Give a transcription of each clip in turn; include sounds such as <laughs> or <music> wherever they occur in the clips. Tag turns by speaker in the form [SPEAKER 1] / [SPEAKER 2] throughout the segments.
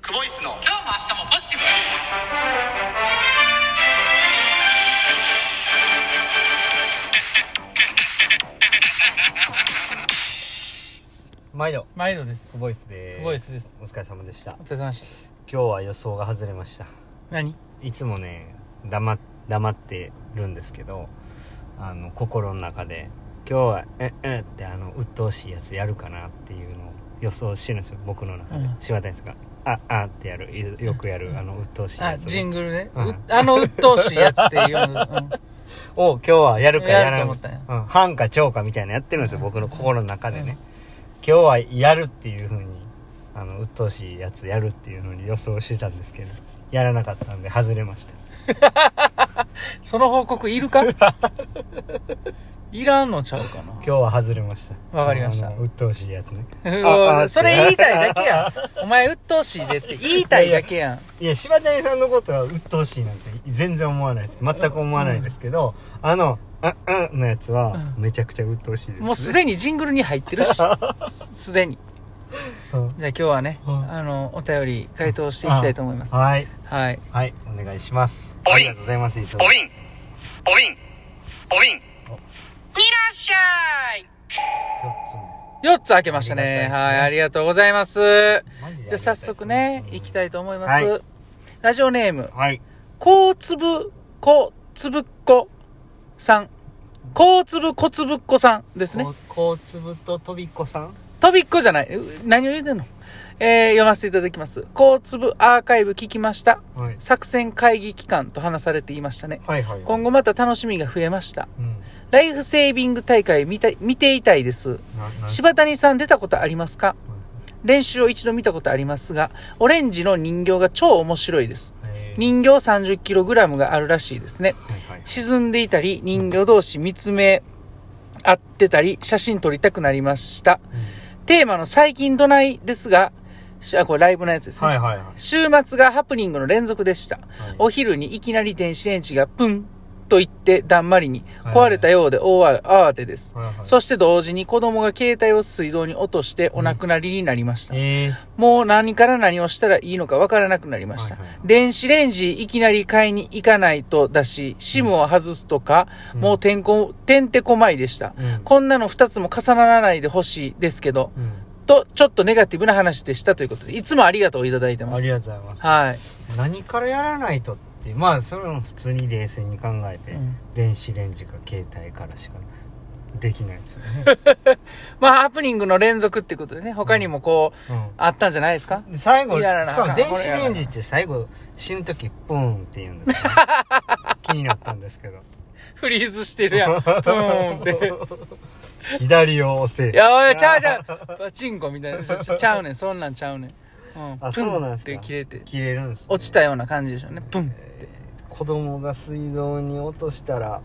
[SPEAKER 1] クボイスの
[SPEAKER 2] 今日も明日もポジティブ
[SPEAKER 1] 毎度
[SPEAKER 2] 毎度です
[SPEAKER 1] クボイスです
[SPEAKER 2] クボイスです
[SPEAKER 1] お疲れ様でした
[SPEAKER 2] お疲れ様でした
[SPEAKER 1] 今日は予想が外れました
[SPEAKER 2] 何
[SPEAKER 1] いつもね黙っ黙ってるんですけどあの心の中で今日は「ええっ」てあの鬱陶しいやつやるかなっていうのを予想してるんですよ僕の中で、
[SPEAKER 2] うん
[SPEAKER 1] 柴田さんが「ああ」ってやるよよくやるあの鬱陶しい
[SPEAKER 2] あ
[SPEAKER 1] やつ
[SPEAKER 2] ジングルね、
[SPEAKER 1] うん
[SPEAKER 2] うあの鬱陶しいやつってい
[SPEAKER 1] <laughs>
[SPEAKER 2] うの、
[SPEAKER 1] を今日はやるかやら
[SPEAKER 2] や
[SPEAKER 1] ん
[SPEAKER 2] ると思ったんや
[SPEAKER 1] うん、半か超かみたいなやってるんですよ、
[SPEAKER 2] うん
[SPEAKER 1] 僕の心の中でね、今日はやるっていうふうにあの鬱陶しいやつやるっていうのに予想してたんですけどやらなかったんで外れました
[SPEAKER 2] うんその報告いるかいらんのちゃうかな
[SPEAKER 1] 今日は外れました
[SPEAKER 2] わかりました
[SPEAKER 1] あの鬱陶しいやつね
[SPEAKER 2] う
[SPEAKER 1] ああ
[SPEAKER 2] わ
[SPEAKER 1] って
[SPEAKER 2] それ言いたいだけやんお前鬱陶しいでって言いたいだけやん
[SPEAKER 1] いや柴谷さんのことは鬱陶しいなんて全然思わないです全く思わないですけど、あの「ああ」のやつは
[SPEAKER 2] うん
[SPEAKER 1] めちゃくちゃ鬱陶しいです、ね
[SPEAKER 2] もうすでにジングルに入っ
[SPEAKER 1] <laughs>
[SPEAKER 2] てるしすすでに
[SPEAKER 1] うん
[SPEAKER 2] じゃあ今日はね、
[SPEAKER 1] うん
[SPEAKER 2] あのお便り回答していきたいと思いますは
[SPEAKER 1] はい
[SPEAKER 2] い
[SPEAKER 1] はいお願いします
[SPEAKER 3] おい
[SPEAKER 1] ありがとうございますいつも
[SPEAKER 3] おいんおいんおいん
[SPEAKER 2] いらっしゃ
[SPEAKER 1] 4
[SPEAKER 2] い
[SPEAKER 1] つも
[SPEAKER 2] 4つ開けましたね。
[SPEAKER 1] ありがたいですね
[SPEAKER 2] はい、ありがとうございます。
[SPEAKER 1] マジで
[SPEAKER 2] じゃあ早速ね、行きた
[SPEAKER 1] い。
[SPEAKER 2] いと思います。
[SPEAKER 1] はい
[SPEAKER 2] ラジオネーム、
[SPEAKER 1] はい。
[SPEAKER 2] こうつぶ、こつぶっこさん。こうつぶ、こつぶっこさんですね
[SPEAKER 1] こ。こうつぶととびっこさん
[SPEAKER 2] とびっこじゃない。う何を言うてんのえー、読ませていただきます。こうつぶアーカイブ聞きました。
[SPEAKER 1] はい。
[SPEAKER 2] 作戦会議期間と話されていましたね。
[SPEAKER 1] はいはい。
[SPEAKER 2] 今後また楽しみが増えました。
[SPEAKER 1] うん。
[SPEAKER 2] ライフセービング大会見たい見ていたいです。
[SPEAKER 1] な、な
[SPEAKER 2] 柴谷さん出たことありますか練習を一度見たことありますが、オレンジの人形が超面白いです。
[SPEAKER 1] えー
[SPEAKER 2] 人形 30kg があるらしいですね。
[SPEAKER 1] はいはい。
[SPEAKER 2] 沈んでいたり、人形同士見つめ合ってたり、写真撮りたくなりました。テーマの最近どないですが、しあ、これライブのやつですね。
[SPEAKER 1] はいはいはい。
[SPEAKER 2] 週末がハプニングの連続でした。お昼にいきなり電子レンジがプンと言ってだんまりに
[SPEAKER 1] はい
[SPEAKER 2] 壊れたようで大慌てです。
[SPEAKER 1] はいはい。
[SPEAKER 2] そして同時に子供が携帯を水道に落としてお亡くなりになりました。
[SPEAKER 1] えー
[SPEAKER 2] もう何から何をしたらいいのか分からなくなりました。
[SPEAKER 1] はいはい
[SPEAKER 2] 電子レンジいきなり買いに行かないとだし、シムを外すとか、
[SPEAKER 1] うん
[SPEAKER 2] もうてんこ、てんてこまいでした。
[SPEAKER 1] うん
[SPEAKER 2] こんなの二つも重ならないでほしいですけど、
[SPEAKER 1] うん。
[SPEAKER 2] と、ちょっとネガティブな話でしたということで、いつもありがとういただいてま
[SPEAKER 1] あ
[SPEAKER 2] す。
[SPEAKER 1] りがとうございます。
[SPEAKER 2] はい。
[SPEAKER 1] 何からやらないとって、まあ、それも普通に冷静に考えて
[SPEAKER 2] うん、
[SPEAKER 1] 電子レンジか携帯からしかできないですよね。
[SPEAKER 2] まあ、ハプニングの連続ってことでね、他にもこう、
[SPEAKER 1] うん
[SPEAKER 2] あったんじゃないですか
[SPEAKER 1] で最後し
[SPEAKER 2] やらな
[SPEAKER 1] かも電子レンジって最後死ぬ時プーンって言うんですよ
[SPEAKER 2] <laughs>
[SPEAKER 1] ね気になったんですけど
[SPEAKER 2] フリーズしてるやん。ブー
[SPEAKER 1] <laughs>
[SPEAKER 2] ンって。
[SPEAKER 1] 左を押せ
[SPEAKER 2] いや、おい、ちゃうちゃう。パチンコみたいな。ちょちゃうねん、そんなんちゃうねん。うん。
[SPEAKER 1] あそうなんですか
[SPEAKER 2] プンって切れて。
[SPEAKER 1] 切れるんですね、
[SPEAKER 2] 落ちたような感じでしょうね。プン。
[SPEAKER 1] 子供が水道に落としたら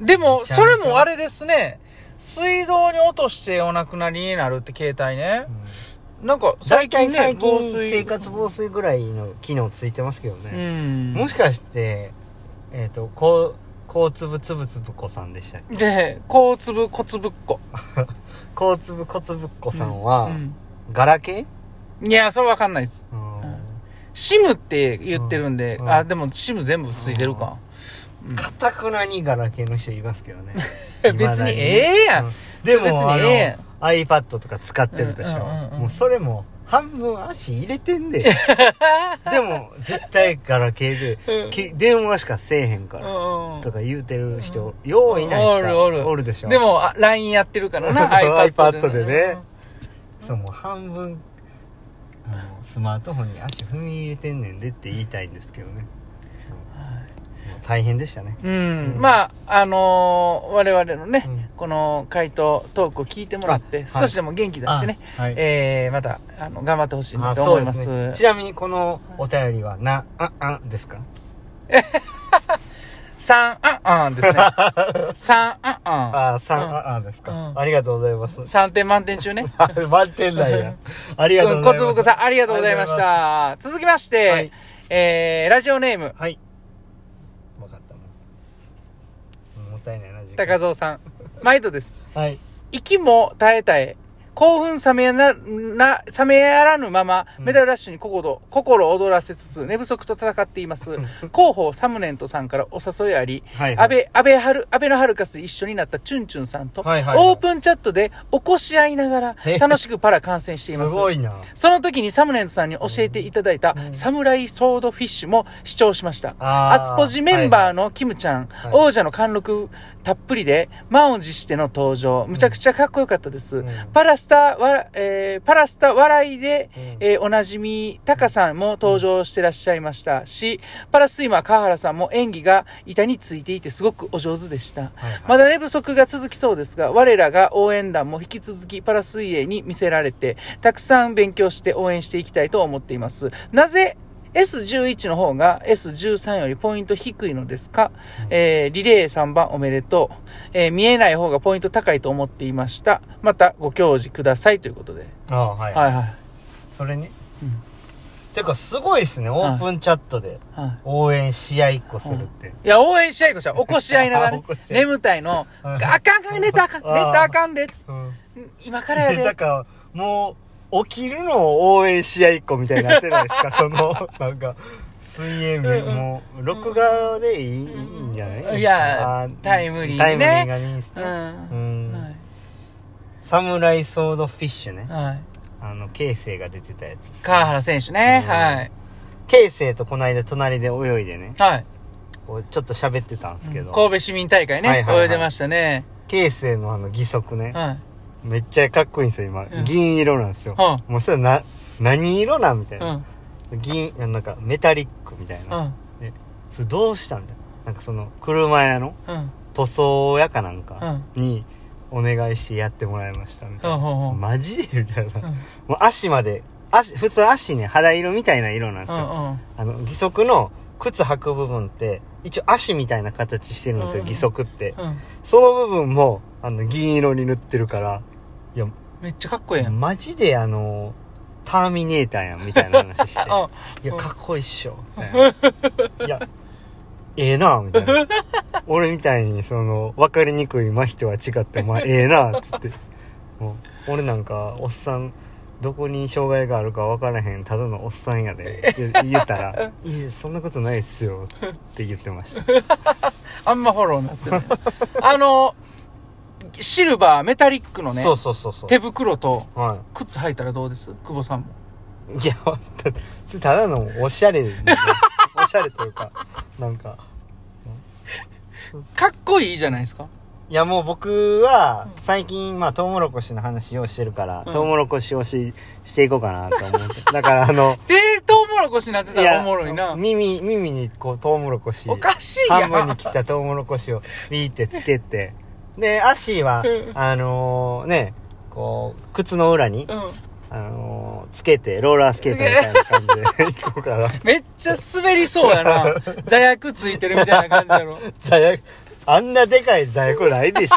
[SPEAKER 2] でも、それもあれですね。水道に落としてお亡くなりになるって携帯ね。なんか、
[SPEAKER 1] 大
[SPEAKER 2] 最
[SPEAKER 1] 体
[SPEAKER 2] 近ね、
[SPEAKER 1] 最近,、
[SPEAKER 2] 防水
[SPEAKER 1] 生活防水ぐらいの機能ついてますけど
[SPEAKER 2] う
[SPEAKER 1] ね、
[SPEAKER 2] ん。
[SPEAKER 1] もしかしてえっ、とこうこうつぶつぶつぶ子さんでしたっけ
[SPEAKER 2] で、小粒、小粒っこ。
[SPEAKER 1] こうつぶこつぶっこさんは、
[SPEAKER 2] うん
[SPEAKER 1] ガラケー
[SPEAKER 2] いや、それわかんないです。
[SPEAKER 1] うん
[SPEAKER 2] シムって言ってるんで、
[SPEAKER 1] うん
[SPEAKER 2] あ、でもシム全部ついてるか。
[SPEAKER 1] かたくなにガラケーの人いますけどね
[SPEAKER 2] <laughs> 別に
[SPEAKER 1] 未だ
[SPEAKER 2] ええやん
[SPEAKER 1] うで
[SPEAKER 2] <laughs>
[SPEAKER 1] も
[SPEAKER 2] 別にええやん
[SPEAKER 1] あの iPad とか使ってるでしょ、
[SPEAKER 2] うんうんうん
[SPEAKER 1] もうそれも半分足入れて
[SPEAKER 2] <laughs>
[SPEAKER 1] んででも絶対ガラケーで、
[SPEAKER 2] うん
[SPEAKER 1] き電話しかせえへんか
[SPEAKER 2] う
[SPEAKER 1] ら、
[SPEAKER 2] ん。
[SPEAKER 1] とか言うてる人、よういないですか
[SPEAKER 2] おるおる
[SPEAKER 1] おるでしょ
[SPEAKER 2] でも、あ LINE やってるから
[SPEAKER 1] <laughs>
[SPEAKER 2] な、
[SPEAKER 1] そう
[SPEAKER 2] iPad で
[SPEAKER 1] iPad でねそうもう半分あのスマートフォンに足踏み入れてんねんでって言いたいんですけどね、うんもう大変でしたね
[SPEAKER 2] うん、
[SPEAKER 1] うん
[SPEAKER 2] まあ、あのー我々のね、
[SPEAKER 1] うん
[SPEAKER 2] この回答トークを聞いてもらっ
[SPEAKER 1] あ
[SPEAKER 2] て、
[SPEAKER 1] はい
[SPEAKER 2] 少しでも元気出してね、
[SPEAKER 1] あはい
[SPEAKER 2] えー、また、あの、頑張ってほしいな
[SPEAKER 1] あ
[SPEAKER 2] と
[SPEAKER 1] そ
[SPEAKER 2] 思
[SPEAKER 1] う
[SPEAKER 2] い
[SPEAKER 1] で
[SPEAKER 2] ます。
[SPEAKER 1] すねちなみにこのお便りはなああですか
[SPEAKER 2] 三、あんあ
[SPEAKER 1] <laughs>
[SPEAKER 2] んですね。三、あんあん。
[SPEAKER 1] あ三ああですか、
[SPEAKER 2] うん
[SPEAKER 1] ありがとうございます <laughs>
[SPEAKER 2] 三点満点中ね。
[SPEAKER 1] あ満点だやありがとう
[SPEAKER 2] うん
[SPEAKER 1] ご
[SPEAKER 2] 小
[SPEAKER 1] ざいます
[SPEAKER 2] 粒子さん、ありがとうございました。続きまして、
[SPEAKER 1] はい
[SPEAKER 2] えー、ラジオネーム、
[SPEAKER 1] はい分かったもうもったいないな時間
[SPEAKER 2] 高蔵さん。毎度です。
[SPEAKER 1] はい
[SPEAKER 2] 息も絶え絶え、興奮冷めやな、な、冷めやらぬまま、
[SPEAKER 1] うん
[SPEAKER 2] メダルラッシュに心、心躍らせつつ、寝不足と戦っています。広報サムネントさんからお誘いあり、
[SPEAKER 1] はいはい
[SPEAKER 2] 安倍、安倍はる、安倍のハルカスで一緒になったチュンチュンさんと、
[SPEAKER 1] はいはいはい
[SPEAKER 2] オープンチャットで起こし合いながら
[SPEAKER 1] へへ、
[SPEAKER 2] 楽しくパラ観戦しています。
[SPEAKER 1] すごいな
[SPEAKER 2] その時にサムネントさんに教えていただいた、
[SPEAKER 1] うん
[SPEAKER 2] サムライソードフィッシュも視聴しました。
[SPEAKER 1] あー
[SPEAKER 2] アツポジメンバーのキムちゃん、
[SPEAKER 1] い
[SPEAKER 2] 王者の貫禄たっぷりで、満を持しての登場。むちゃくちゃかっこよかったです。
[SPEAKER 1] うん
[SPEAKER 2] パラスタ、わ、えーパラスタ笑いで、
[SPEAKER 1] うん
[SPEAKER 2] えーおなじみ、タカさんも登場してらっしゃいましたし、パラスイマー川原さんも演技が板についていてすごくお上手でした。
[SPEAKER 1] はいはい
[SPEAKER 2] まだ寝不足が続きそうですが、我らが応援団も引き続きパラ水泳に見せられて、たくさん勉強して応援していきたいと思っています。なぜ S11 の方が S13 よりポイント低いのですか、えー、リレー3番おめでとう。えー、見えない方がポイント高いと思っていました。またご教示くださいということで。
[SPEAKER 1] ああはい、
[SPEAKER 2] はいはい。
[SPEAKER 1] それに、
[SPEAKER 2] うん
[SPEAKER 1] てかすごいですねオープンチャットで
[SPEAKER 2] はい
[SPEAKER 1] 応援試合っ個するって、
[SPEAKER 2] いや、応援し合いこしゃ、起こし合いながら、ね
[SPEAKER 1] <laughs> 起こ、し合い
[SPEAKER 2] 眠たいの、
[SPEAKER 1] うん
[SPEAKER 2] あかんあかん、寝たらあかん、寝たらあかんで、
[SPEAKER 1] うん
[SPEAKER 2] 今から
[SPEAKER 1] い
[SPEAKER 2] や
[SPEAKER 1] やだ
[SPEAKER 2] で。
[SPEAKER 1] からもう起きるのを応援試合っ個みたいになってないで
[SPEAKER 2] <laughs>
[SPEAKER 1] すかそのなんか水泳部、
[SPEAKER 2] うんうん
[SPEAKER 1] もう録画でいい,、ん、じゃない
[SPEAKER 2] いや
[SPEAKER 1] あー
[SPEAKER 2] タイムリーにね
[SPEAKER 1] タイムリーがいいんです
[SPEAKER 2] う
[SPEAKER 1] ね、
[SPEAKER 2] ん
[SPEAKER 1] う。ん
[SPEAKER 2] はい
[SPEAKER 1] サムライソードフィッシュね
[SPEAKER 2] はい。
[SPEAKER 1] あの慶生が出てたやつですね
[SPEAKER 2] 川原選手ね。
[SPEAKER 1] うん
[SPEAKER 2] はい。
[SPEAKER 1] 慶生とこの間隣で泳いでね
[SPEAKER 2] はい。
[SPEAKER 1] こうちょっと喋ってたんですけど、
[SPEAKER 2] 神戸市民大会
[SPEAKER 1] はい
[SPEAKER 2] ね
[SPEAKER 1] は。いはい
[SPEAKER 2] 泳いでましたね。
[SPEAKER 1] 慶生のあの義足ね、
[SPEAKER 2] はい。
[SPEAKER 1] めっちゃかっこいいんですよ今、
[SPEAKER 2] うん
[SPEAKER 1] 銀色なんですよ、
[SPEAKER 2] う
[SPEAKER 1] もうそれな何色なんみたい
[SPEAKER 2] うん。う
[SPEAKER 1] な、
[SPEAKER 2] ん。
[SPEAKER 1] 銀なんかメタリックみたいな、
[SPEAKER 2] うん。
[SPEAKER 1] それどうしたみたいななんかその車屋の
[SPEAKER 2] うん。
[SPEAKER 1] 塗装屋かなん
[SPEAKER 2] う
[SPEAKER 1] か
[SPEAKER 2] ん。
[SPEAKER 1] にお願いしてやってもらいましたみたいな、
[SPEAKER 2] うんうん
[SPEAKER 1] マジでみたいな、
[SPEAKER 2] うん。う
[SPEAKER 1] も
[SPEAKER 2] ん
[SPEAKER 1] う足まで足普通足ね肌色みたいな色なんで
[SPEAKER 2] う
[SPEAKER 1] すよ、
[SPEAKER 2] んうん。
[SPEAKER 1] あの義足の靴履く部分って一応足みたいな形してるんですよ、
[SPEAKER 2] うん
[SPEAKER 1] 義足って
[SPEAKER 2] うん。
[SPEAKER 1] その部分もあの銀色に塗ってるからいや
[SPEAKER 2] めっちゃかっこいいやん。
[SPEAKER 1] マジであのターミネーターやんみたいな話
[SPEAKER 2] <laughs>
[SPEAKER 1] して
[SPEAKER 2] あ
[SPEAKER 1] いや、かっこいいっしょ。みたいないや、ええなみたいな。俺みたいに、その、わかりにくい真人は違って、お前ええなつって。もう俺なんか、おっさん、どこに障害があるかわからへん、ただのおっさんやで。って言ったら、いや、そんなことないっすよ。って言ってました。
[SPEAKER 2] あんまフォローになっ
[SPEAKER 1] <laughs>
[SPEAKER 2] てない。あの、シルバー、メタリックのね
[SPEAKER 1] そ、うそうそうそう。
[SPEAKER 2] 手袋と
[SPEAKER 1] は
[SPEAKER 2] 靴履いたらどうです久保さんも。
[SPEAKER 1] い。いや、ほんとそれただのおしゃれで、おしゃれというか、なんか、
[SPEAKER 2] かっこいいじゃないですか。
[SPEAKER 1] いやもう僕は最近まあトウモロコシの話をしてるから、
[SPEAKER 2] うん
[SPEAKER 1] トウモロコシをししていこうかなと思
[SPEAKER 2] <laughs>
[SPEAKER 1] ってだからあの
[SPEAKER 2] で、トウモロコシになってたらおもろいな。
[SPEAKER 1] 耳耳にこうトウモロコシ
[SPEAKER 2] おかしいや
[SPEAKER 1] 半
[SPEAKER 2] ん。
[SPEAKER 1] 分に切ったトウモロコシをビーってつけてで足は
[SPEAKER 2] うん
[SPEAKER 1] あのーねこう靴の裏に、
[SPEAKER 2] うん。
[SPEAKER 1] あのーつけてローラースケートみたいな感じで行こう
[SPEAKER 2] <laughs>
[SPEAKER 1] かな
[SPEAKER 2] めっちゃ滑りそう
[SPEAKER 1] <laughs>
[SPEAKER 2] やな。座薬ついてるみたいな感じやろ。
[SPEAKER 1] 座薬あんなでかい座薬ない
[SPEAKER 2] <laughs>
[SPEAKER 1] でしょ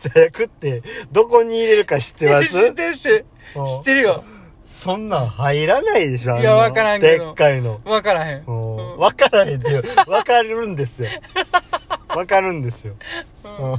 [SPEAKER 1] 座薬ってどこに入れるか知ってま
[SPEAKER 2] 知っ
[SPEAKER 1] す
[SPEAKER 2] てる知ってる。知ってるよ。
[SPEAKER 1] そんなん入らないでしょ
[SPEAKER 2] いや
[SPEAKER 1] あの
[SPEAKER 2] わからんけど
[SPEAKER 1] でっかいの。
[SPEAKER 2] わからへん。
[SPEAKER 1] もう
[SPEAKER 2] うん
[SPEAKER 1] わからへんってよ。わかるんです
[SPEAKER 2] <laughs>
[SPEAKER 1] よ。わかるんですよ。うん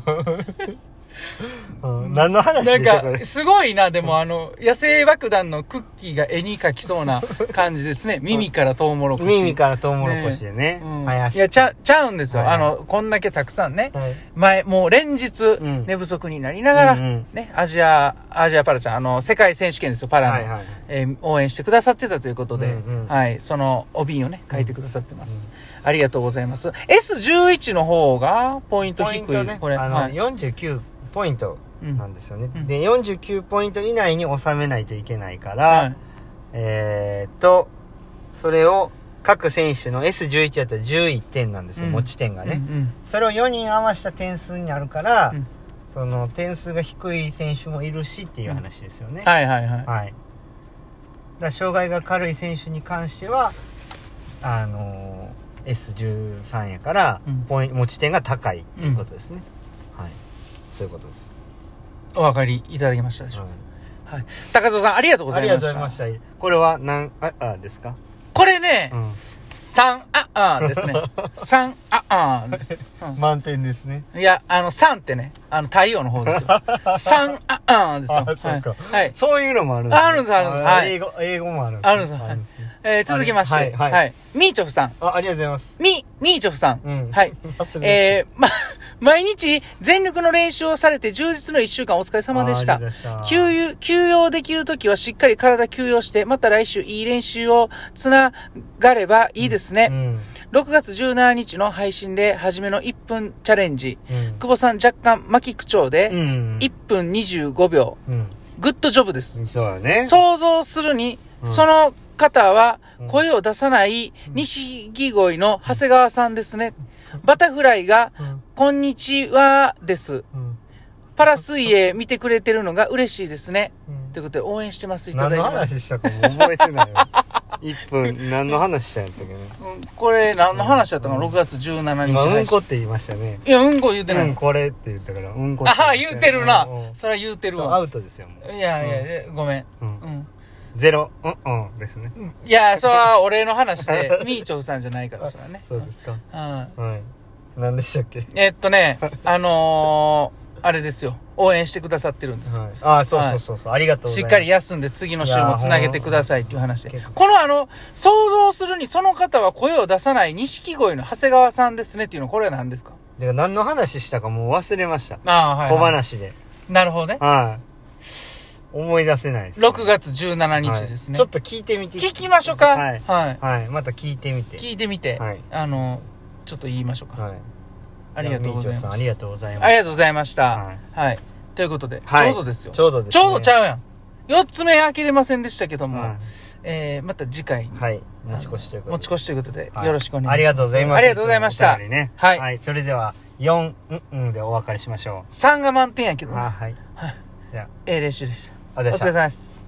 [SPEAKER 1] うん何の話
[SPEAKER 2] なん
[SPEAKER 1] でしょうこれ
[SPEAKER 2] か、。すごいな、でもあの、野生爆弾のクッキーが絵に描きそうな感じですね。耳からトウモロコシ。
[SPEAKER 1] 耳からトウモロコシでね。
[SPEAKER 2] うん
[SPEAKER 1] 生やし
[SPEAKER 2] いや、ちゃ、ちゃうんですよ。
[SPEAKER 1] はいはい
[SPEAKER 2] あの、こんだけたくさんね。
[SPEAKER 1] はい
[SPEAKER 2] 前、もう連日、
[SPEAKER 1] ん
[SPEAKER 2] 寝不足になりながら、
[SPEAKER 1] うんうん
[SPEAKER 2] ね、アジア、アジアパラちゃん、あの、世界選手権ですよ、パラの。
[SPEAKER 1] はいはい。
[SPEAKER 2] えー応援してくださってたということで、
[SPEAKER 1] うんうん
[SPEAKER 2] はい、そのお瓶をね、書いてくださってます、ありがとうございます。S11 の方がポイント
[SPEAKER 1] ポイ
[SPEAKER 2] 低い、
[SPEAKER 1] ントね、
[SPEAKER 2] これ。
[SPEAKER 1] あの、
[SPEAKER 2] はい、
[SPEAKER 1] 49ポイント
[SPEAKER 2] うん
[SPEAKER 1] なんですよね、
[SPEAKER 2] うん
[SPEAKER 1] で、49ポイント以内に収めないといけないから、
[SPEAKER 2] はい
[SPEAKER 1] えーっと、それを各選手の S11 やったら11点なんですよ、
[SPEAKER 2] うん
[SPEAKER 1] 持ち点がね。
[SPEAKER 2] うん
[SPEAKER 1] それを4人合わせた点数になるから、
[SPEAKER 2] うん
[SPEAKER 1] その点数が低い選手もいるしっていう話ですよ
[SPEAKER 2] う
[SPEAKER 1] ね
[SPEAKER 2] ん、はいはいはい。
[SPEAKER 1] はいだから障害が軽い選手に関してはあのー S13 やから
[SPEAKER 2] うん
[SPEAKER 1] ポイン、持ち点が高いということですね、はいそういうことです、
[SPEAKER 2] お分かりいただけましたでしょう
[SPEAKER 1] はい
[SPEAKER 2] か。はい。高蔵さん、ありがとうご
[SPEAKER 1] あ
[SPEAKER 2] ざい
[SPEAKER 1] り
[SPEAKER 2] ま
[SPEAKER 1] がと
[SPEAKER 2] し
[SPEAKER 1] うご
[SPEAKER 2] た。
[SPEAKER 1] ざいましたこれは何ああですか、
[SPEAKER 2] これね、
[SPEAKER 1] うん、
[SPEAKER 2] 3ああーで
[SPEAKER 1] <laughs>
[SPEAKER 2] すね。3ああーです。
[SPEAKER 1] 満点ですね
[SPEAKER 2] いや、あの、3ってね、あの、太陽の方ですよ。3あ
[SPEAKER 1] <laughs>
[SPEAKER 2] あーですよ。
[SPEAKER 1] あそうか
[SPEAKER 2] はいはい。
[SPEAKER 1] そういうのもあるんです
[SPEAKER 2] あるんですあるんです
[SPEAKER 1] あ
[SPEAKER 2] はい
[SPEAKER 1] 英語英語もある
[SPEAKER 2] あるんですはい
[SPEAKER 1] すね
[SPEAKER 2] えー続きまして、
[SPEAKER 1] あ
[SPEAKER 2] は
[SPEAKER 1] れ
[SPEAKER 2] い、
[SPEAKER 1] はいはい
[SPEAKER 2] ミーチョフさん。
[SPEAKER 1] あありがとうございます
[SPEAKER 2] ミ、ミーチョフさん。
[SPEAKER 1] うん
[SPEAKER 2] はい。
[SPEAKER 1] 忘れ
[SPEAKER 2] えー、ま、 <laughs> 毎日全力の練習をされて充実の1週間お疲れ様でした。休
[SPEAKER 1] 油
[SPEAKER 2] 養、休養できるときはしっかり体休養して、また来週いい練習をつながればいいですね。
[SPEAKER 1] うん
[SPEAKER 2] 6月17日の配信で初めの1分チャレンジ。
[SPEAKER 1] うん
[SPEAKER 2] 久保さん若干巻き口調
[SPEAKER 1] う
[SPEAKER 2] で、
[SPEAKER 1] ん
[SPEAKER 2] 1分25秒。
[SPEAKER 1] うん
[SPEAKER 2] グッドジョブです。
[SPEAKER 1] そうだね
[SPEAKER 2] 想像するに、
[SPEAKER 1] うん
[SPEAKER 2] その方は
[SPEAKER 1] うん
[SPEAKER 2] 声を出さない
[SPEAKER 1] うん
[SPEAKER 2] 西木鯉の長谷川さんですね。バタフライが、
[SPEAKER 1] うん
[SPEAKER 2] こんにちはです。
[SPEAKER 1] うん
[SPEAKER 2] パラ水泳見てくれてるのが嬉しいですね。
[SPEAKER 1] うん
[SPEAKER 2] ということで応援してます。いた
[SPEAKER 1] 何
[SPEAKER 2] だい
[SPEAKER 1] の
[SPEAKER 2] てます。
[SPEAKER 1] 話したかも覚えてないわ <laughs> 一分何の話したんやったっけ
[SPEAKER 2] <laughs>
[SPEAKER 1] ね
[SPEAKER 2] うんこれ何の話だったの
[SPEAKER 1] うん
[SPEAKER 2] ?6 月17日
[SPEAKER 1] 今
[SPEAKER 2] 配信。
[SPEAKER 1] うんこって言いましたね
[SPEAKER 2] いや、うんこ言うてな
[SPEAKER 1] う
[SPEAKER 2] い。
[SPEAKER 1] んこれって言ったからうんこって
[SPEAKER 2] ああ、
[SPEAKER 1] ました
[SPEAKER 2] 言うてるな
[SPEAKER 1] うんう。ん
[SPEAKER 2] それは言うてる
[SPEAKER 1] そうア
[SPEAKER 2] わ。
[SPEAKER 1] ウトですよもう
[SPEAKER 2] いやいやいや、ごめん。
[SPEAKER 1] うん
[SPEAKER 2] うん。
[SPEAKER 1] ゼロうんうんですね
[SPEAKER 2] いや、それはお礼の
[SPEAKER 1] <laughs>
[SPEAKER 2] 話で、みーちょうさんじゃないから、それはね。
[SPEAKER 1] そうですか
[SPEAKER 2] うん。
[SPEAKER 1] はい何でしたっけ
[SPEAKER 2] えっとね、あのー、あれですよ。応援してくださってるんですよ。
[SPEAKER 1] はいああそうそうそうそうありがとうござ
[SPEAKER 2] し
[SPEAKER 1] い
[SPEAKER 2] っ
[SPEAKER 1] ます
[SPEAKER 2] かり休んで次の週もつなげてくださいっていう話
[SPEAKER 1] いや
[SPEAKER 2] で
[SPEAKER 1] ーほん。
[SPEAKER 2] このあの、想像するにその方は声を出さない錦鯉の長谷川さんですねっていうのはこれは何ですか
[SPEAKER 1] だから何の話したかもう忘れました
[SPEAKER 2] ああ、はい、
[SPEAKER 1] 小
[SPEAKER 2] はい。
[SPEAKER 1] 話で
[SPEAKER 2] なるほどね。
[SPEAKER 1] はい思い出せないです
[SPEAKER 2] 6月17日で
[SPEAKER 1] は
[SPEAKER 2] す
[SPEAKER 1] い
[SPEAKER 2] ね。
[SPEAKER 1] ちょっと聞いてみて
[SPEAKER 2] 聞きましょうか。は
[SPEAKER 1] はいい。はいまた聞いてみて
[SPEAKER 2] 聞いてみて、
[SPEAKER 1] はい
[SPEAKER 2] あの、ちょっと言いましょうか。
[SPEAKER 1] はい
[SPEAKER 2] ありがとうござい
[SPEAKER 1] みーちょさん
[SPEAKER 2] ま
[SPEAKER 1] あ
[SPEAKER 2] す。
[SPEAKER 1] りがとうございます
[SPEAKER 2] ありがとうございました。は
[SPEAKER 1] はいい。
[SPEAKER 2] ということで、
[SPEAKER 1] はい
[SPEAKER 2] ちょうどですよ。
[SPEAKER 1] ちょうどです
[SPEAKER 2] ちょうどち
[SPEAKER 1] う
[SPEAKER 2] ゃうやん。4つ目開けれませんでしたけども、
[SPEAKER 1] は
[SPEAKER 2] えー、また次回に
[SPEAKER 1] い、はい、持ち越しということ
[SPEAKER 2] 持
[SPEAKER 1] で
[SPEAKER 2] ち越しということで、
[SPEAKER 1] はい
[SPEAKER 2] よろしくお願いします。
[SPEAKER 1] ありがとうございます
[SPEAKER 2] ありがとうございました
[SPEAKER 1] つもお便りね
[SPEAKER 2] はい
[SPEAKER 1] それでは4うんうんでお別れしましょ
[SPEAKER 2] 3が満点やけ
[SPEAKER 1] う
[SPEAKER 2] どね、
[SPEAKER 1] あはい
[SPEAKER 2] はい
[SPEAKER 1] じゃ
[SPEAKER 2] ええ練習でした。
[SPEAKER 1] あお疲
[SPEAKER 2] お
[SPEAKER 1] れ様で
[SPEAKER 2] 疲
[SPEAKER 1] し
[SPEAKER 2] れ
[SPEAKER 1] た
[SPEAKER 2] 様です。